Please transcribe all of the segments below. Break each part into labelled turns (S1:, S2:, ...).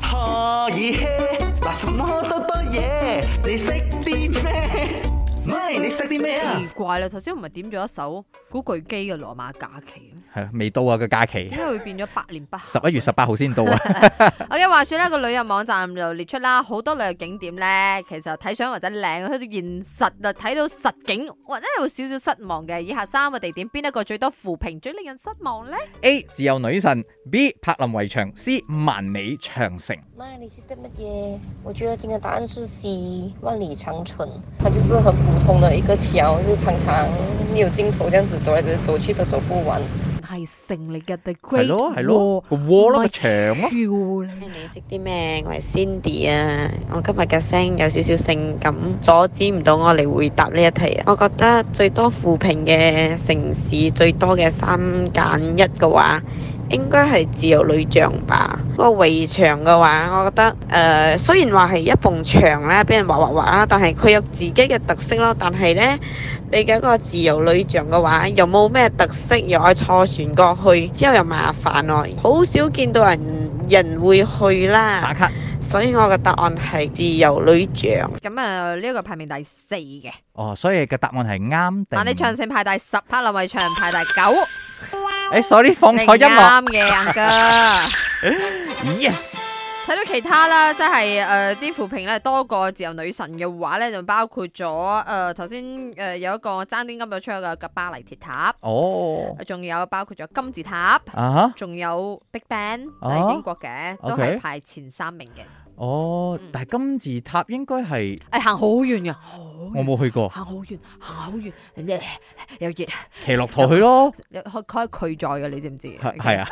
S1: 多嘢？嗱，什麼都多嘢？你識啲咩？咪你識啲咩啊？
S2: 奇怪啦，頭先唔係點咗一首古巨基嘅《羅馬假期》咩，
S3: 系啦，未到啊個假期
S2: 點，解會變咗百年不
S3: 十
S2: 合？
S3: 一月十八號先到啊。
S2: 我嘅話說呢個旅遊網站就列出啦，好多旅遊景點咧，其實睇相或者靚，去到現實啊，睇到實景，或者有少少失望嘅。以下三個地點，邊一個最多負評，最令人失望呢？
S3: A 自由女神，B 柏林圍牆，C 萬里長城。
S4: 麦里是的乜嘢？我觉得今天答案是 C，万里长城，它就是很普通的一个桥，就是常常没有尽头这样子走来走走去都走不完。
S2: 係城嚟嘅 The
S3: 係
S2: Great
S3: 咯係咯，
S2: Wall，
S3: 個 wall 咯
S2: 唔
S3: 個
S2: 係
S3: 牆咯。
S2: 橋嚟
S5: 你識啲咩？我係 Cindy 啊！我今日嘅聲有少少性感，阻止唔到我嚟回答呢一題啊！我覺得最多負評嘅城市最多嘅三揀一嘅話，應該係自由女像吧。個圍牆嘅話，我覺得誒、呃、雖然話係一埲牆咧，俾人畫畫畫啦，但係佢有自己嘅特色咯。但係呢，你嘅一個自由女像嘅話，又冇咩特色，又愛坐船過去，之後又麻煩咯，好少見到人人會去
S3: 打
S2: 啊
S5: 啦。
S3: 卡。
S5: 所以我嘅答案係自由女像。
S2: 咁啊，呢個排名第四嘅，
S3: 哦，所以嘅答案係啱定？
S2: 萬里長城排第十，柏林圍牆排第九，
S3: 誒，sorry，放錯音樂。
S2: 啱嘅阿哥。
S3: Yes。
S2: 睇到其他啦，即係誒啲負評咧多過自由女神嘅話咧，就包括咗誒頭先誒有一個爭啲噏咗出去嘅嘅巴黎鐵塔，
S3: 哦。
S2: 仲有包括咗金字塔，
S3: 啊哈。
S2: 仲有 Big Bang 就
S3: 啊
S2: 係英國嘅，都
S3: OK
S2: 係排前三名嘅。
S3: 哦
S2: 嗯，
S3: 但係金字塔應該係
S2: 誒行好遠嘅，好遠
S3: 我冇去 過，
S2: 行好遠，行好遠，又熱，
S3: 騎駱駝去咯。
S2: 有佢佢佢在嘅，你知唔知？
S3: 係係啊。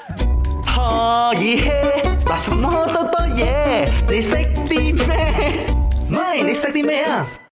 S1: 可以嘿，嗱，什麼都多嘢？你識啲咩？咪你識啲咩啊？